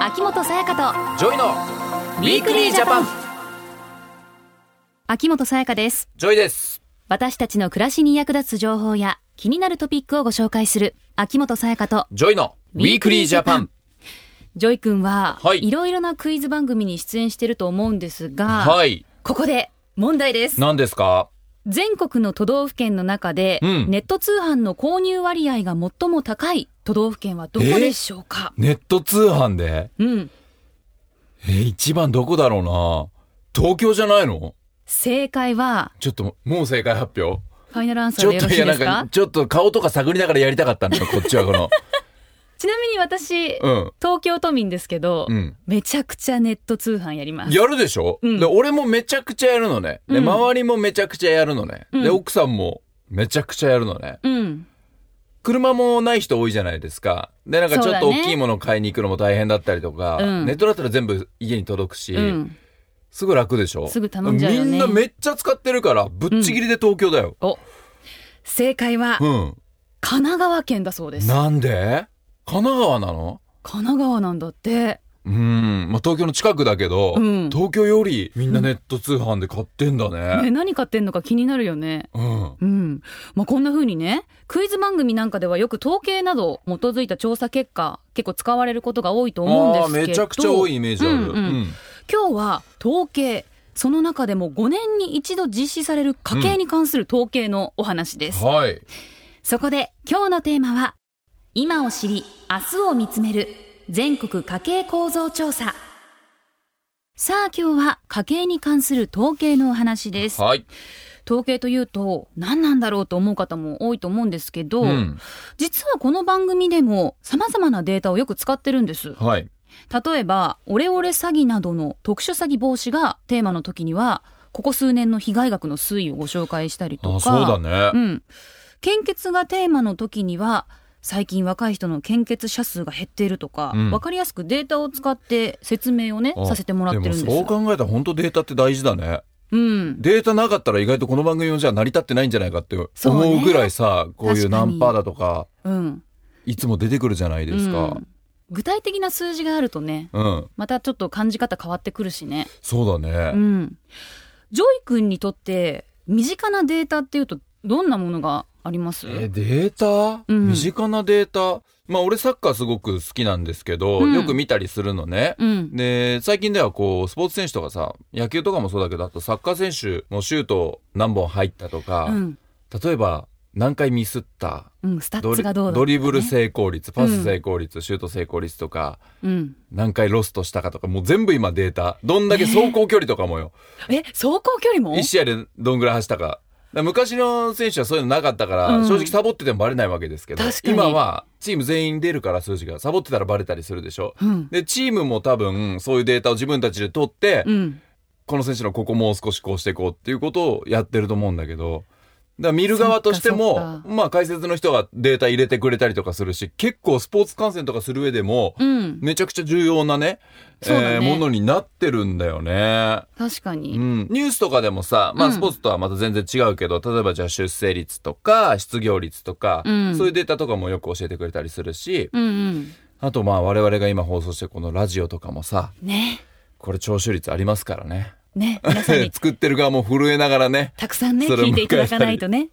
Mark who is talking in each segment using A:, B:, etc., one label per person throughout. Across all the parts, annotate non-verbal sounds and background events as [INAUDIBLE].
A: 秋元さやか
B: ジョイの
A: と
B: ウィークリージャパン
A: 秋元さやかです
B: ジョイです
A: 私たちの暮らしに役立つ情報や気になるトピックをご紹介する秋元さやかと
B: ジョイのウィークリージャパン
A: ジョイ君は、
B: はい
A: い、ろいろなクイズ番組に出演してると思うんですが、
B: はい
A: ここで問題です
B: 何ですか
A: 全国の都道府県の中で、
B: うん
A: ネット通販の購入割合が最も高い都道府県はどこでしょうか、
B: ネット通販で
A: うん
B: えー一番どこだろうな東京じゃないの
A: 正解は
B: ちょっともう正解発表
A: ファイナルアンサ
B: ち
A: ー
B: ょ
A: で
B: っ
A: よろ
B: と
A: し
B: い
A: い
B: や
A: で
B: なん
A: すか
B: かちょっと顔とか探りながらやりたかったんだよこっちはこの
A: ちなみに私、
B: うん
A: 東京都民ですけど、
B: うん
A: めちゃくちゃネット通販やります。
B: やるでしょ、
A: うん
B: で俺もめちゃくちゃやるのねで、
A: うん
B: 周りもめちゃくちゃやるのね、
A: うん
B: で奥さんもめちゃくちゃやるのね
A: うん。
B: 車もない人多いじゃないですか。で、なんかちょっと
A: そうだね
B: 大きいもの買いに行くのも大変だったりとか、
A: うん
B: ネットだったら全部家に届くし、
A: うん。
B: すぐ楽でしょ
A: すぐ頼んじゃうよね
B: みんなめっちゃ使ってるから、ぶっちぎりで東京だよ。
A: お、正解は
B: うん。
A: 神奈川県だそうです。神
B: なんで神奈川なの
A: 奈川なんだって。
B: うん。まあ、東京の近くだけど、
A: うん
B: 東京よりみんなネット通販で買ってんだ
A: ね、
B: ね。
A: 何買ってんのか気になるよね。
B: うん。
A: うん。まあ、こんな風にね、クイズ番組なんかではよく統計など基づいた調査結果、結構使われることが多いと思うんで
B: ああ
A: すけど。
B: ー、めちゃくちゃ多いイメージある。
A: うんうん今日は統計その中でも5年に一度実施される家計に関する統計のお話です、
B: はい。
A: そこで今日のテーマは今を知り明日を見つめる全国家計構造調査さあ今日は家計に関する統計のお話です
B: はい。
A: 統計というと何なんだろうと思う方も多いと思うんですけど、
B: うん。
A: 実はこの番組でも様々なデータをよく使ってるんです
B: はい。
A: 例えばオレオレ詐欺などの特殊詐欺防止がテーマの時にはここ数年の被害額の推移をご紹介したりとか
B: あ、そうだね。
A: うん、献血がテーマの時には最近若い人の献血者数が減っているとか、
B: うん
A: 分かりやすくデータを使って説明をね
B: あ
A: させてもらってるんです
B: でもそう
A: よ。
B: 考えたら本当データって大事だね。
A: うん、
B: データなかったら意外とこの番組もじゃあ成り立ってないんじゃないかって
A: そうね
B: 思うぐらいさ、こういう
A: 確か
B: ナ
A: に
B: ンパだとか、
A: うん、
B: いつも出てくるじゃないです
A: う
B: か。
A: ん具体的な数字があるとね
B: うん、
A: またちょっと感じ方変わってくるしね。
B: そうだ
A: う
B: ね。
A: ん、ジョイ君にとって身近なデータっていうとどんなものがあります、
B: え、データ、
A: うん
B: 身近なデータまあ俺サッカーすごく好きなんですけど、
A: うん
B: よく見たりするのね。
A: うん、
B: で、最近ではこう、スポーツ選手とかさ、野球とかもそうだけど、あとサッカー選手のシュート何本入ったとか、
A: うん
B: 例えば何回ミスった、
A: うん、スタッ
B: ド
A: ツ
B: リ
A: がどうだ
B: ドリブル
A: 性
B: 成功率、パス成功率、シュート成功率とか、
A: うん、
B: 何回ロストしたかとか、もう全部今データ。どんだけ走行距離とかもよ。
A: え走行距離も
B: 一試合でどんぐらい走ったか。だから昔の選手はそういうのなかったから、
A: うん
B: 正直サボっててもバレないわけですけど
A: 確、かに
B: 今はチーム全員出るから数字が、サボってたらバレたりするでしょ。
A: うん
B: で、チームも多分そういうデータを自分たちで取って、
A: うん、
B: この選手のここもう少しこうしていこうっていうことをやってると思うんだけど、だから見る側として
A: そっかそ
B: も
A: っ、か
B: まあ解説の人がデータ入れてくれたりとかするし、結構スポーツ観戦とかする上でも、
A: うん、
B: めちゃくちゃ重要なね、
A: そうだね
B: えーものになってるんだよね。
A: 確かに、
B: うん、ニュースとかでもさ、ま
A: う
B: あ
A: ん
B: スポーツとはまた全然違うけど、例えばじゃあ出生率とか失業率とか、
A: うん
B: そういうデータとかもよく教えてくれたりするし、
A: うんうん
B: あとまあ我々が今放送してるこのラジオとかもさ、
A: ね
B: これ聴取率ありますからね。 [LAUGHS]
A: ね皆さんに
B: 作ってる側も震えながらね、
A: たくさんね
B: それを
A: 聞いていただかないとね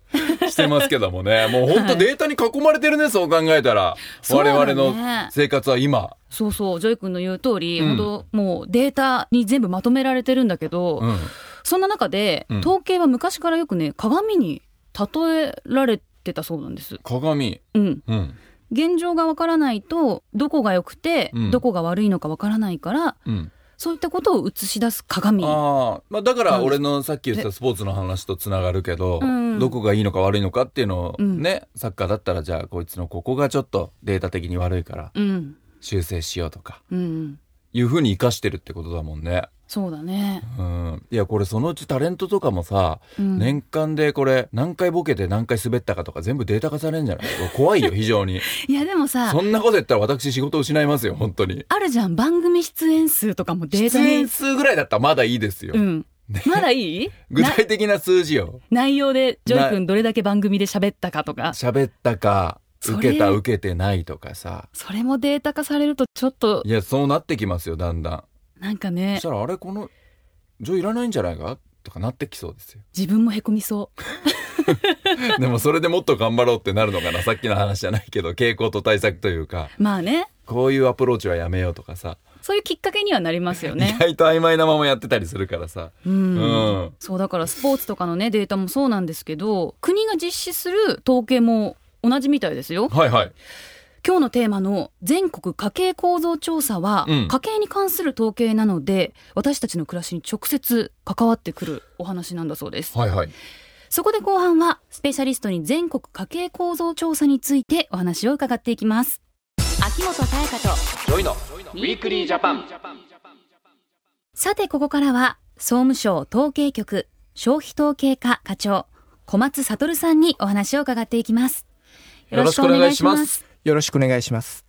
B: してますけど
A: [LAUGHS]
B: もね、もうほんとデータに囲まれてるね、そう考えたら。
A: そうだね
B: 我々の生活は今。
A: そうそうジョイ君の言う通り、
B: うん
A: 本当もうデータに全部まとめられてるんだけど、
B: うん。
A: そんな中で、
B: うん
A: 統計は昔からよくね鏡に例えられてたそうなんです
B: 鏡。
A: うん
B: うん。
A: 現状がわからないとどこが良くて、
B: うん
A: どこが悪いのかわからないから
B: うん。
A: そういったことを映し出す鏡
B: ああ、まあだから俺のさっき言ったスポーツの話とつながるけど、
A: うん
B: どこがいいのか悪いのかっていうのを
A: うん
B: ね、サッカーだったらじゃあこいつのここがちょっとデータ的に悪いから
A: うん
B: 修正しようとか、
A: うんうん
B: いうふうに活かしてるってことだもんね。
A: そうだね、
B: うん。いや、これそのうちタレントとかもさ、
A: うん
B: 年間でこれ何回ボケて何回滑ったかとか全部データ化されるんじゃない [LAUGHS] 怖いよ、非常に。
A: いやでも [LAUGHS] さ
B: そんなこと言ったら私仕事失いますよ、本当に。
A: あるじゃん番組出演数とかもデー
B: 出
A: タに
B: 演数ぐらいだったらまだいいですよ。
A: うん、まだいい
B: [LAUGHS] 具
A: な
B: 体的な数字よ。
A: 内容でジョイ君どれだけ番組で喋ったかとか
B: 喋ったか、
A: そ
B: 受
A: れ
B: けた受けてないとかさ
A: それもデータ化されるとちょっと
B: いやそうなってきますよだんだん
A: なんか
B: そ
A: ね
B: したらあれこの女いらないんじゃないかとかなってきそうですよ [LAUGHS]
A: 自分もへこみそ
B: でもそれでもっと頑張ろうってなるのかなさっきの話じゃないけど傾向と対策というか
A: うまあね
B: こういうアプローチはやめようとかさ、
A: そういうきっかけにはなりますよ
B: 意
A: ね。
B: 外と曖昧なままやってたりするからさ
A: うん
B: うん
A: そうだからスポーツとかのねデータもそうなんですけど国が実施する統計も同じみたいですよ
B: はいはい
A: 今日のテーマの全国家計構造調査は、
B: うん
A: 家計に関する統計なので私たちの暮らしに直接関わってくるお話なんだそうです
B: はいはい
A: そこで後半はスペシャリストに全国家計構造調査についてお話を伺っていきます秋元彩香と
B: ジョイの
A: ウィークリージャパンさてここからは総務省統計局消費統計課課長小松悟さんにお話を伺っていきます
B: よろしくお願いします
C: よろしくお願いします。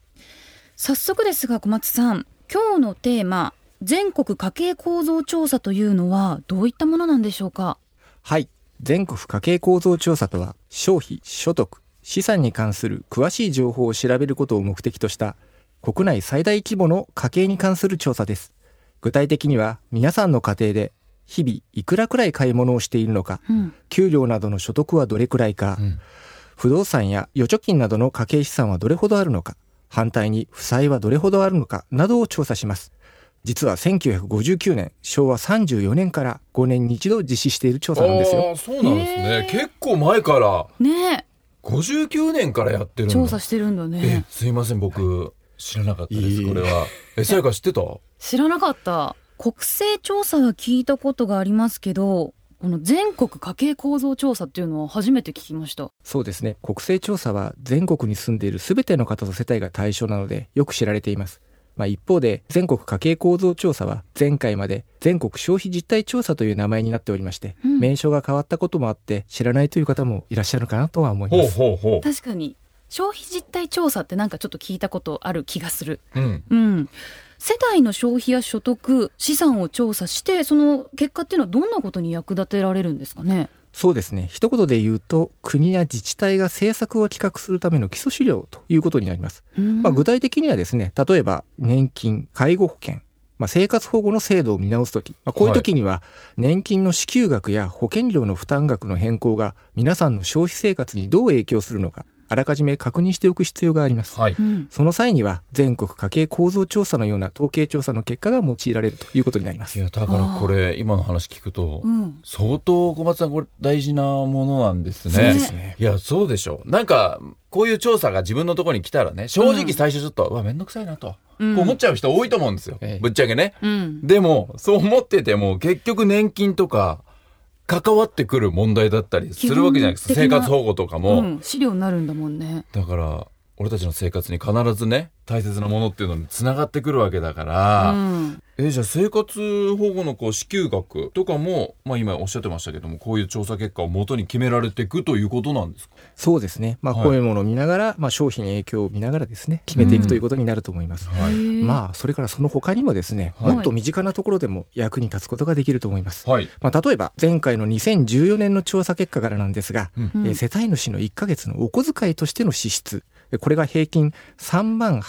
A: 早速ですが小松さん今日のテーマ全国家計構造調査というのはどういったものなんでしょうか
C: はい。全国家計構造調査とは、消費、所得、資産に関する詳しい情報を調べることを目的とした、国内最大規模の家計に関する調査です。具体的には、皆さんの家庭で、日々いくらくらい買い物をしているのか、
A: うん
C: 給料などの所得はどれくらいか、
B: うん
C: 不動産や預貯金などの家計資産はどれほどあるのか、反対に負債はどれほどあるのかなどを調査します。実は1959年、昭和34年から5年に一度実施している調査なんですよ。
B: ああそうなんですね、
A: へー
B: 結構前から
A: ね
B: 59年からやって
A: え
B: るんだ
A: 調査してるんだ
B: え
A: ね
B: すいません僕、知らなかったです
C: いい
B: これはえさやか知ってた
A: 知らなかった国勢調査は聞いたことがありますけどこの全国家計構造調査っていうのは初めて聞きました
C: そうですね。国勢調査は全国に住んでいる全ての方と世帯が対象なので、よく知られています。まあ一方で、全国家計構造調査は前回まで全国消費実態調査という名前になっておりまして、
A: うん
C: 名称が変わったこともあって、知らないという方もいらっしゃるかなとは思います。
B: ほうほうほ
A: 確かに消費実態調査ってなんかちょっと聞いたことある気がする
B: う、うん、
A: うん世帯の消費や所得資産を調査してその結果っていうのはどんなことに役立てられるんですかね
C: そうですね一言で言うと国や自治体が政策を企画するための基礎資料ということになります、
A: うん
C: まあ、具体的にはですね例えば年金介護保険、まあ、生活保護の制度を見直す時、まあ、こういう時には年金の支給額や保険料の負担額の変更が皆さんの消費生活にどう影響するのかあらかじめ確認しておく必要があります、
B: はい
A: うん
C: その際には全国家計構造調査のような統計調査の結果が用いられるということになります
B: いやだからこれ今の話聞くと、
A: うん
B: 相当小松さんこれ大事なものなんですね
A: そうです
C: ね
B: いやそうでしょうなんかこういう調査が自分のところに来たらね正直最初ちょっと、うわめんどくさいなと、
A: うん
B: こう思っちゃう人多いと思うんですよ、
C: ええ
B: ぶっちゃけね
A: うん
B: でもそう思ってても結局年金とか関わってくる問題だったりするわけじゃないですか
A: 基本
B: 生
A: 的な
B: 活保護とかも、
A: うん資料になるんだもんね
B: だから俺たちの生活に必ずね大切なものっていうのにつながってくるわけだから、
A: うん
B: えじゃあ生活保護のこう支給額とかも、まあ、今おっしゃってましたけどもこういう調査結果をもとに決められていくということなんですか
C: そうですね。まあ、
B: はい
C: こういうものを見ながら、まあ、商品の影響を見ながらですね、決めていくということになると思います。
B: は
A: へ
B: い、
A: ー
C: まあ、それからその他にもですね、
B: はい
C: もっと身近なところでも役に立つことができると思います。
B: はい、
C: まあ、例えば、前回の2014年の調査結果からなんですが、
B: うん
A: うん
C: えー世帯主の1ヶ月のお小遣いとしての支出、えこれが平均3万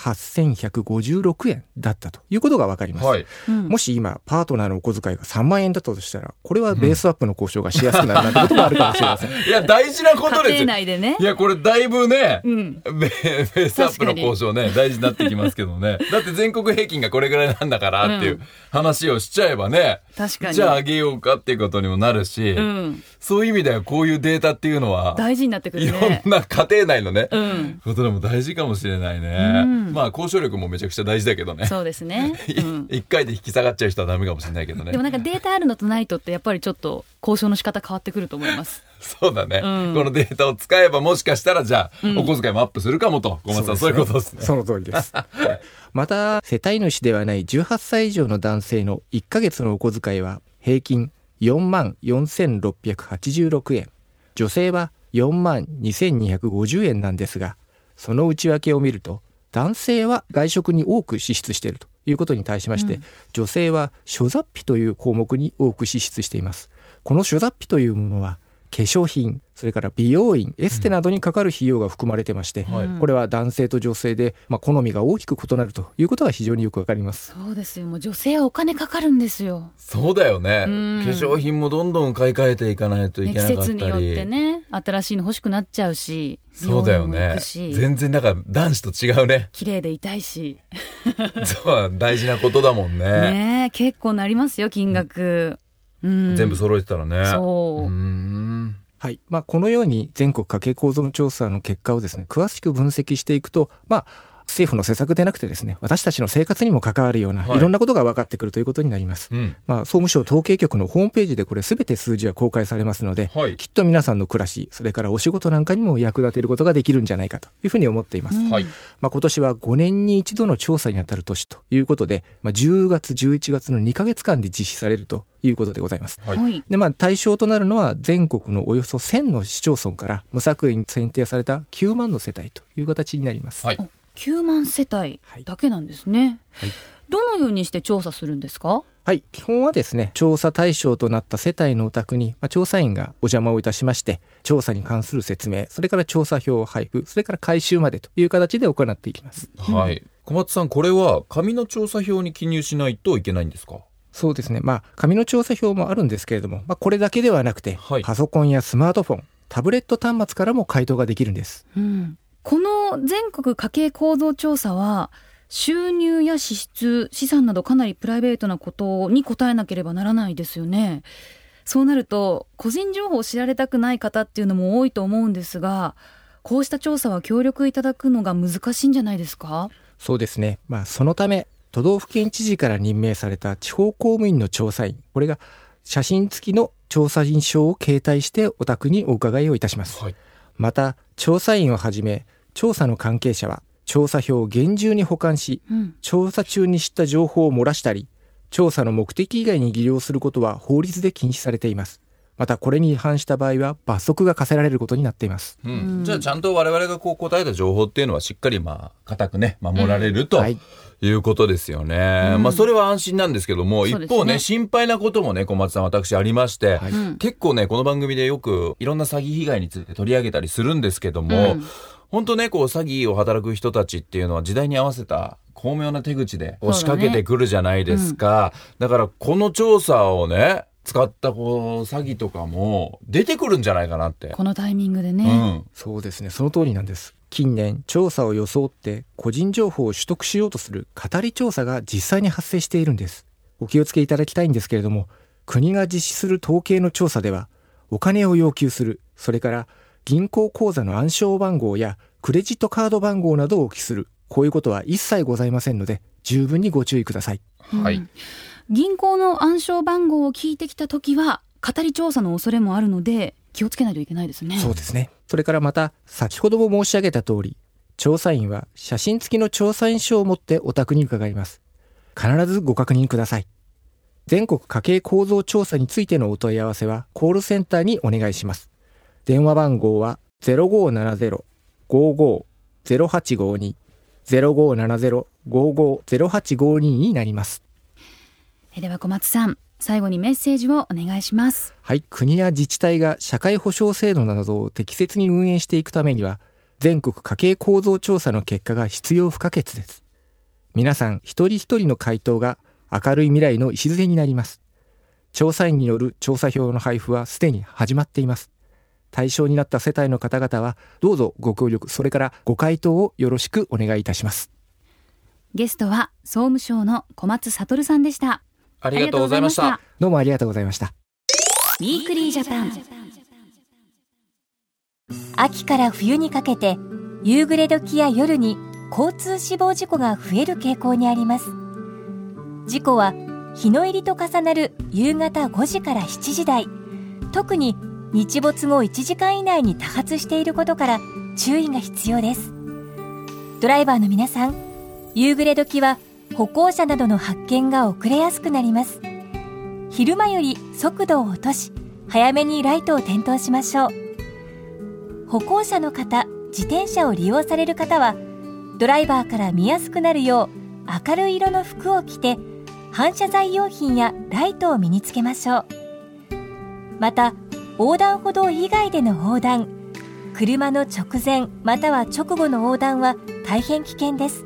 C: 8156円だったということがわかります。
B: はい
A: うん
C: もし今、パートナーのお小遣いが3万円だったとしたら、これはベースアップの交渉がしやすくなるなんてこともあるかもしれません。
B: いや大事なこと
A: 家
B: です
A: 庭
B: よ
A: 内でね
B: いやこれだいぶね、
A: うん
B: ベ [LAUGHS] ベースアップの交渉ね大事になってきますけど
A: [LAUGHS]
B: ねだって全国平均がこれぐらいなんだからっていううん話をしちゃえばね、
A: 確かに
B: じゃあ上げようかっていうことにもなるし、
A: うん
B: そういう意味ではこういうデータっていうのは、
A: 大事になってく
B: い
A: る
B: ろ
A: ね
B: んな家庭内のね、
A: うん
B: ことでも大事かもしれないね、
A: うん
B: まあ交渉力もめちゃくちゃ大事だけどね
A: そうですね
B: [LAUGHS] い
A: うん
B: 一回で引き下がっちゃう人はダメかもしれないけどね
A: でもなんかデータあるのとないとってやっぱりちょっと交渉の仕方変わってくると思います。
B: [LAUGHS] そうだね、
A: うん
B: このデータを使えばもしかしたらじゃあ、
A: うん
B: お小遣いもアップするかもと小松さんそう,、いうことですね
C: その通りです。また、世帯主ではない18歳以上の男性の1ヶ月のお小遣いは平均4万4686円。女性は4万2250円なんですが、その内訳を見ると、男性は外食に多く支出しているということに対しまして、
A: うん
C: 女性は諸雑費という項目に多く支出しています。この諸雑費というものは、化粧品、それから美容院エステなどにかかる費用が含まれてまして、
B: はい
A: うん
C: これは男性と女性で、まあ、好みが大きく異なるということが非常によくわかります。
A: そうですよもう女性はお金かかるんですよ、
B: そうだよね。化
A: うん
B: 粧品もどんどん買い替えていかないとい
A: ね、
B: け
A: 季
B: なかったり。
A: 節によってね新しいの欲しくなっちゃうし
B: そうだよ
A: 美容院も行
B: ね
A: く。し。
B: 全然なんか男子と違うね [LAUGHS]
A: 綺麗でいたいし
B: そう大事なことだもんね。
A: ねえ結構なりますよ金額、うん
B: 全部揃えてたらね。
A: そう
B: ーん。
C: はいまあ、このように全国家計構造調査の結果をですね詳しく分析していくと、まあ、政府の施策でなくてですね私たちの生活にも関わるような
B: はい
C: いろんなことが分かってくるということになります。
B: うん。
C: まあ、総務省統計局のホームページでこれ全て数字は公開されますので、
B: はい
C: きっと皆さんの暮らしそれからお仕事なんかにも役立てることができるんじゃないかというふうに思っています。
A: うん
B: はい。
C: まあ、今年は5年に一度の調査にあたる年ということで、まあ、10月11月の2ヶ月間で実施されるということでございます。
B: はい
A: はい
C: でまあ、対象となるのは全国のおよそ1000の市町村から無作為に選定された9万の世帯という形になります。
B: はい。
A: お9万世帯だけなんですね、
C: はい
A: どのようにして調査するんですか
C: はい、基本はですね調査対象となった世帯のお宅に、まあ、調査員がお邪魔をいたしまして調査に関する説明それから調査票を配布それから回収までという形で行っていきます。
B: はい。小松さん、これは紙の調査票に記入しないといけないんですか
C: そうですね、まあ、紙の調査票もあるんですけれども、まあ、これだけではなくて、
B: はい
C: パソコンやスマートフォンタブレット端末からも回答ができるんです。
A: うん、この全国家計構造調査は収入や支出資産などかなりプライベートなことに答えなければならないですよねそうなると個人情報を知られたくない方っていうのも多いと思うんですがこうした調査は協力いただくのが難しいんじゃないですか
C: そうですね、まあ、そのため都道府県知事から任命された地方公務員の調査員これが写真付きの調査員証を携帯してお宅にお伺いをいたします、
B: はい
C: また調査員をはじめ調査の関係者は調査票を厳重に保管し
A: うん、
C: 調査中に知った情報を漏らしたり調査の目的以外に利用することは法律で禁止されていますまたこれに違反した場合は罰則が課せられることになっています
B: う
A: うん
B: ん、じゃあちゃんと我々がこう答えた情報っていうのはしっかりまあ固くね守られると
C: はい
B: いうことですよね、
A: うん
B: まあそれは安心なんですけども、
A: そうですね
B: 一方ね心配なこともね小松さん私ありまして、
C: はい
A: うん
B: 結構ねこの番組でよくいろんな詐欺被害について取り上げたりするんですけども、
A: うん
B: 本当ねこう詐欺を働く人たちっていうのは時代に合わせた巧妙な手口でこう
A: そう
B: 仕
A: だね
B: 掛けてくるじゃないですかだからこの調査をね使ったこう詐欺とかも出てくるんじゃないかなって。
A: このタイミングで
B: う
A: ね、
B: ん
C: そうですねその通りなんです近年調査を装って個人情報を取得しようとする語り調査が実際に発生しているんですお気をつけいただきたいんですけれども国が実施する統計の調査ではお金を要求するそれから銀行口座の暗証番号やクレジットカード番号などを記記するこういうことは一切ございませんので十分にご注意ください
B: はい
A: うん銀行の暗証番号を聞いてきた時は語り調査の恐れもあるので気をつけないといけないですね
C: そうですね。それからまた、先ほども申し上げた通り、調査員は写真付きの調査員証を持ってお宅に伺います。必ずご確認ください。全国家計構造調査についてのお問い合わせは、コールセンターにお願いします。電話番号は0570-55-0852、0570-55-0852になります。
A: えでは小松さん最後にメッセージをお願いします
C: はい、国や自治体が社会保障制度などを適切に運営していくためには、全国家計構造調査の結果が必要不可欠です。皆さん一人一人の回答が明るい未来の礎になります。調査員による調査票の配布はすでに始まっています。対象になった世帯の方々は、どうぞご協力、それからご回答をよろしくお願いいたします。
A: ゲストは総務省の小松悟さんでした
B: あ
A: あ
B: りがとうございました。
C: どうもありがとうございました。
A: ウィークリージャパン
D: 秋から冬にかけて夕暮れ時や夜に交通死亡事故が増える傾向にあります事故は日の入りと重なる夕方5時から7時台特に日没後1時間以内に多発していることから注意が必要ですドライバーの皆さん夕暮れ時は歩行者などの発見が遅れやすくなります昼間より速度を落とし早めにライトを点灯しましょう歩行者の方自転車を利用される方はドライバーから見やすくなるよう明るい色の服を着て反射材用品やライトを身につけましょうまた横断歩道以外での横断車の直前または直後の横断は大変危険です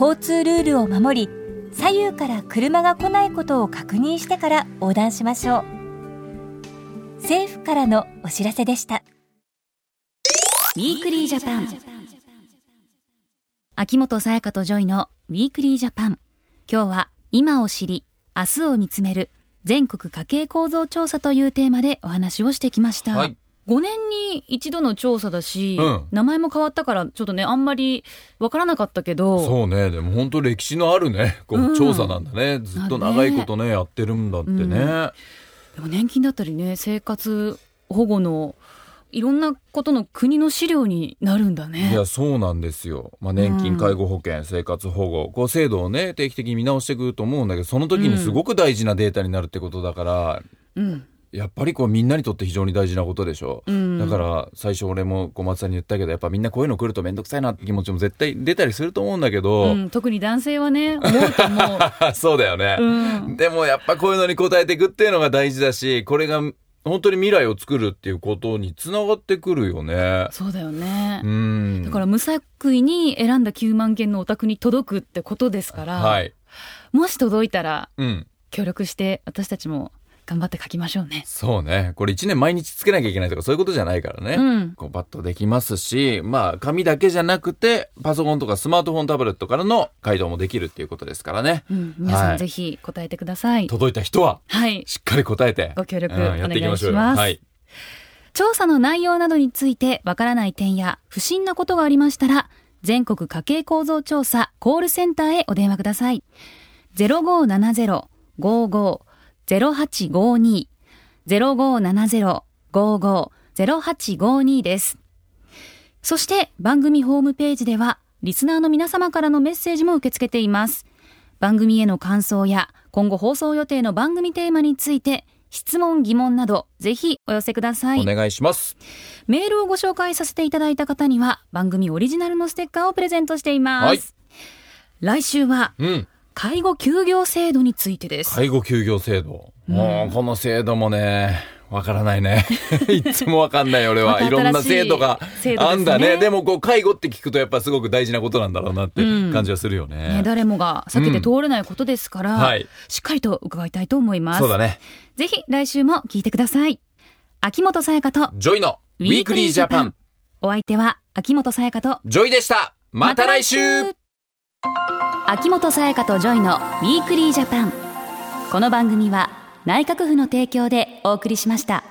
D: 交通ルールを守り左右から車が来ないことを確認してから横断しましょう政府からのお知らせでした
A: ウィークリージャパン。秋元才加とジョイのウィークリージャパン。今日は今を知り、明日を見つめる全国家計構造調査というテーマでお話をしてきました。
B: はい
A: 5年に一度の調査だし、
B: うん
A: 名前も変わったからちょっとねあんまりわからなかったけど
B: そうねでも本当歴史のあるねこう調査なんだね、ずっと長いことねやってるんだってね、
A: でも年金だったりね生活保護のいろんなことの国の資料になるんだね。
B: いやそうなんですよ、まあ、
A: う
B: 年金
A: ん
B: 介護保険生活保護こう制度をね定期的に見直していくと思うんだけどその時にすごく大事なデータになるってことだから、
A: うん
B: やっぱりこうみんなにとって非常に大事なことでしょ、
A: うん
B: だから最初俺も小松さんに言ったけどやっぱみんなこういうの来ると面倒くさいなって気持ちも絶対出たりすると思うんだけど、
A: うん、特に男性はね思うと思う。
B: [LAUGHS] そうだよね、
A: うん
B: でもやっぱこういうのに応えていくっていうのが大事だしこれが本当に未来を作るっていうことにつながってくるよね。
A: そうだよね
B: う。ん
A: だから無作為に選んだ9万件のお宅に届くってことですから、
B: はい、
A: もし届いたら
B: うん、
A: 協力して私たちも頑張って書きましょうね。
B: そうねこれ1年毎日つけなきゃいけないとかそういうことじゃないからね、
A: うん
B: こうパッとできますしまあ紙だけじゃなくてパソコンとかスマートフォンタブレットからの回答もできるっていうことですからね、
A: うん、皆さ
B: は
A: ん
B: い
A: ぜひ答えてください。
B: 届いた人は
A: はい。
B: しっかり答えて
A: ご協力
B: うんやっていきましょうよ
A: お願いします
B: はい、
A: 調査の内容などについてわからない点や不審なことがありましたら、全国家計構造調査コールセンターへお電話ください。0570-55-0852 0570-55-0852です。そして番組ホームページではリスナーの皆様からのメッセージも受け付けています。番組への感想や今後放送予定の番組テーマについて質問疑問などぜひお寄せください。
B: お願いします
A: メールをご紹介させていただいた方には番組オリジナルのステッカーをプレゼントしています。
B: はい
A: 来週は
B: うん
A: 介護休業制度についてです。
B: 介護休業制度、もうこの制度もねわからな
A: [LAUGHS]
B: いねいつもわかんない俺は
A: また新しい
B: いろんな制度が
A: 制度ですね
B: あんだねでもこう介護って聞くとやっぱすごく大事なことなんだろうなって
A: うん
B: 感じはするよね,、
A: ね、誰もが避けて通れないことですから、
B: うんはい
A: しっかりと伺いたいと思います。
B: そうだね
A: ぜひ来週も聞いてください。秋元才加と
B: ジョイのウィークリージャパン。
A: お相手は秋元才加と
B: ジョイでしたまた来週
A: 秋元才加とジョイのウィークリージャパンこの番組は内閣府の提供でお送りしました。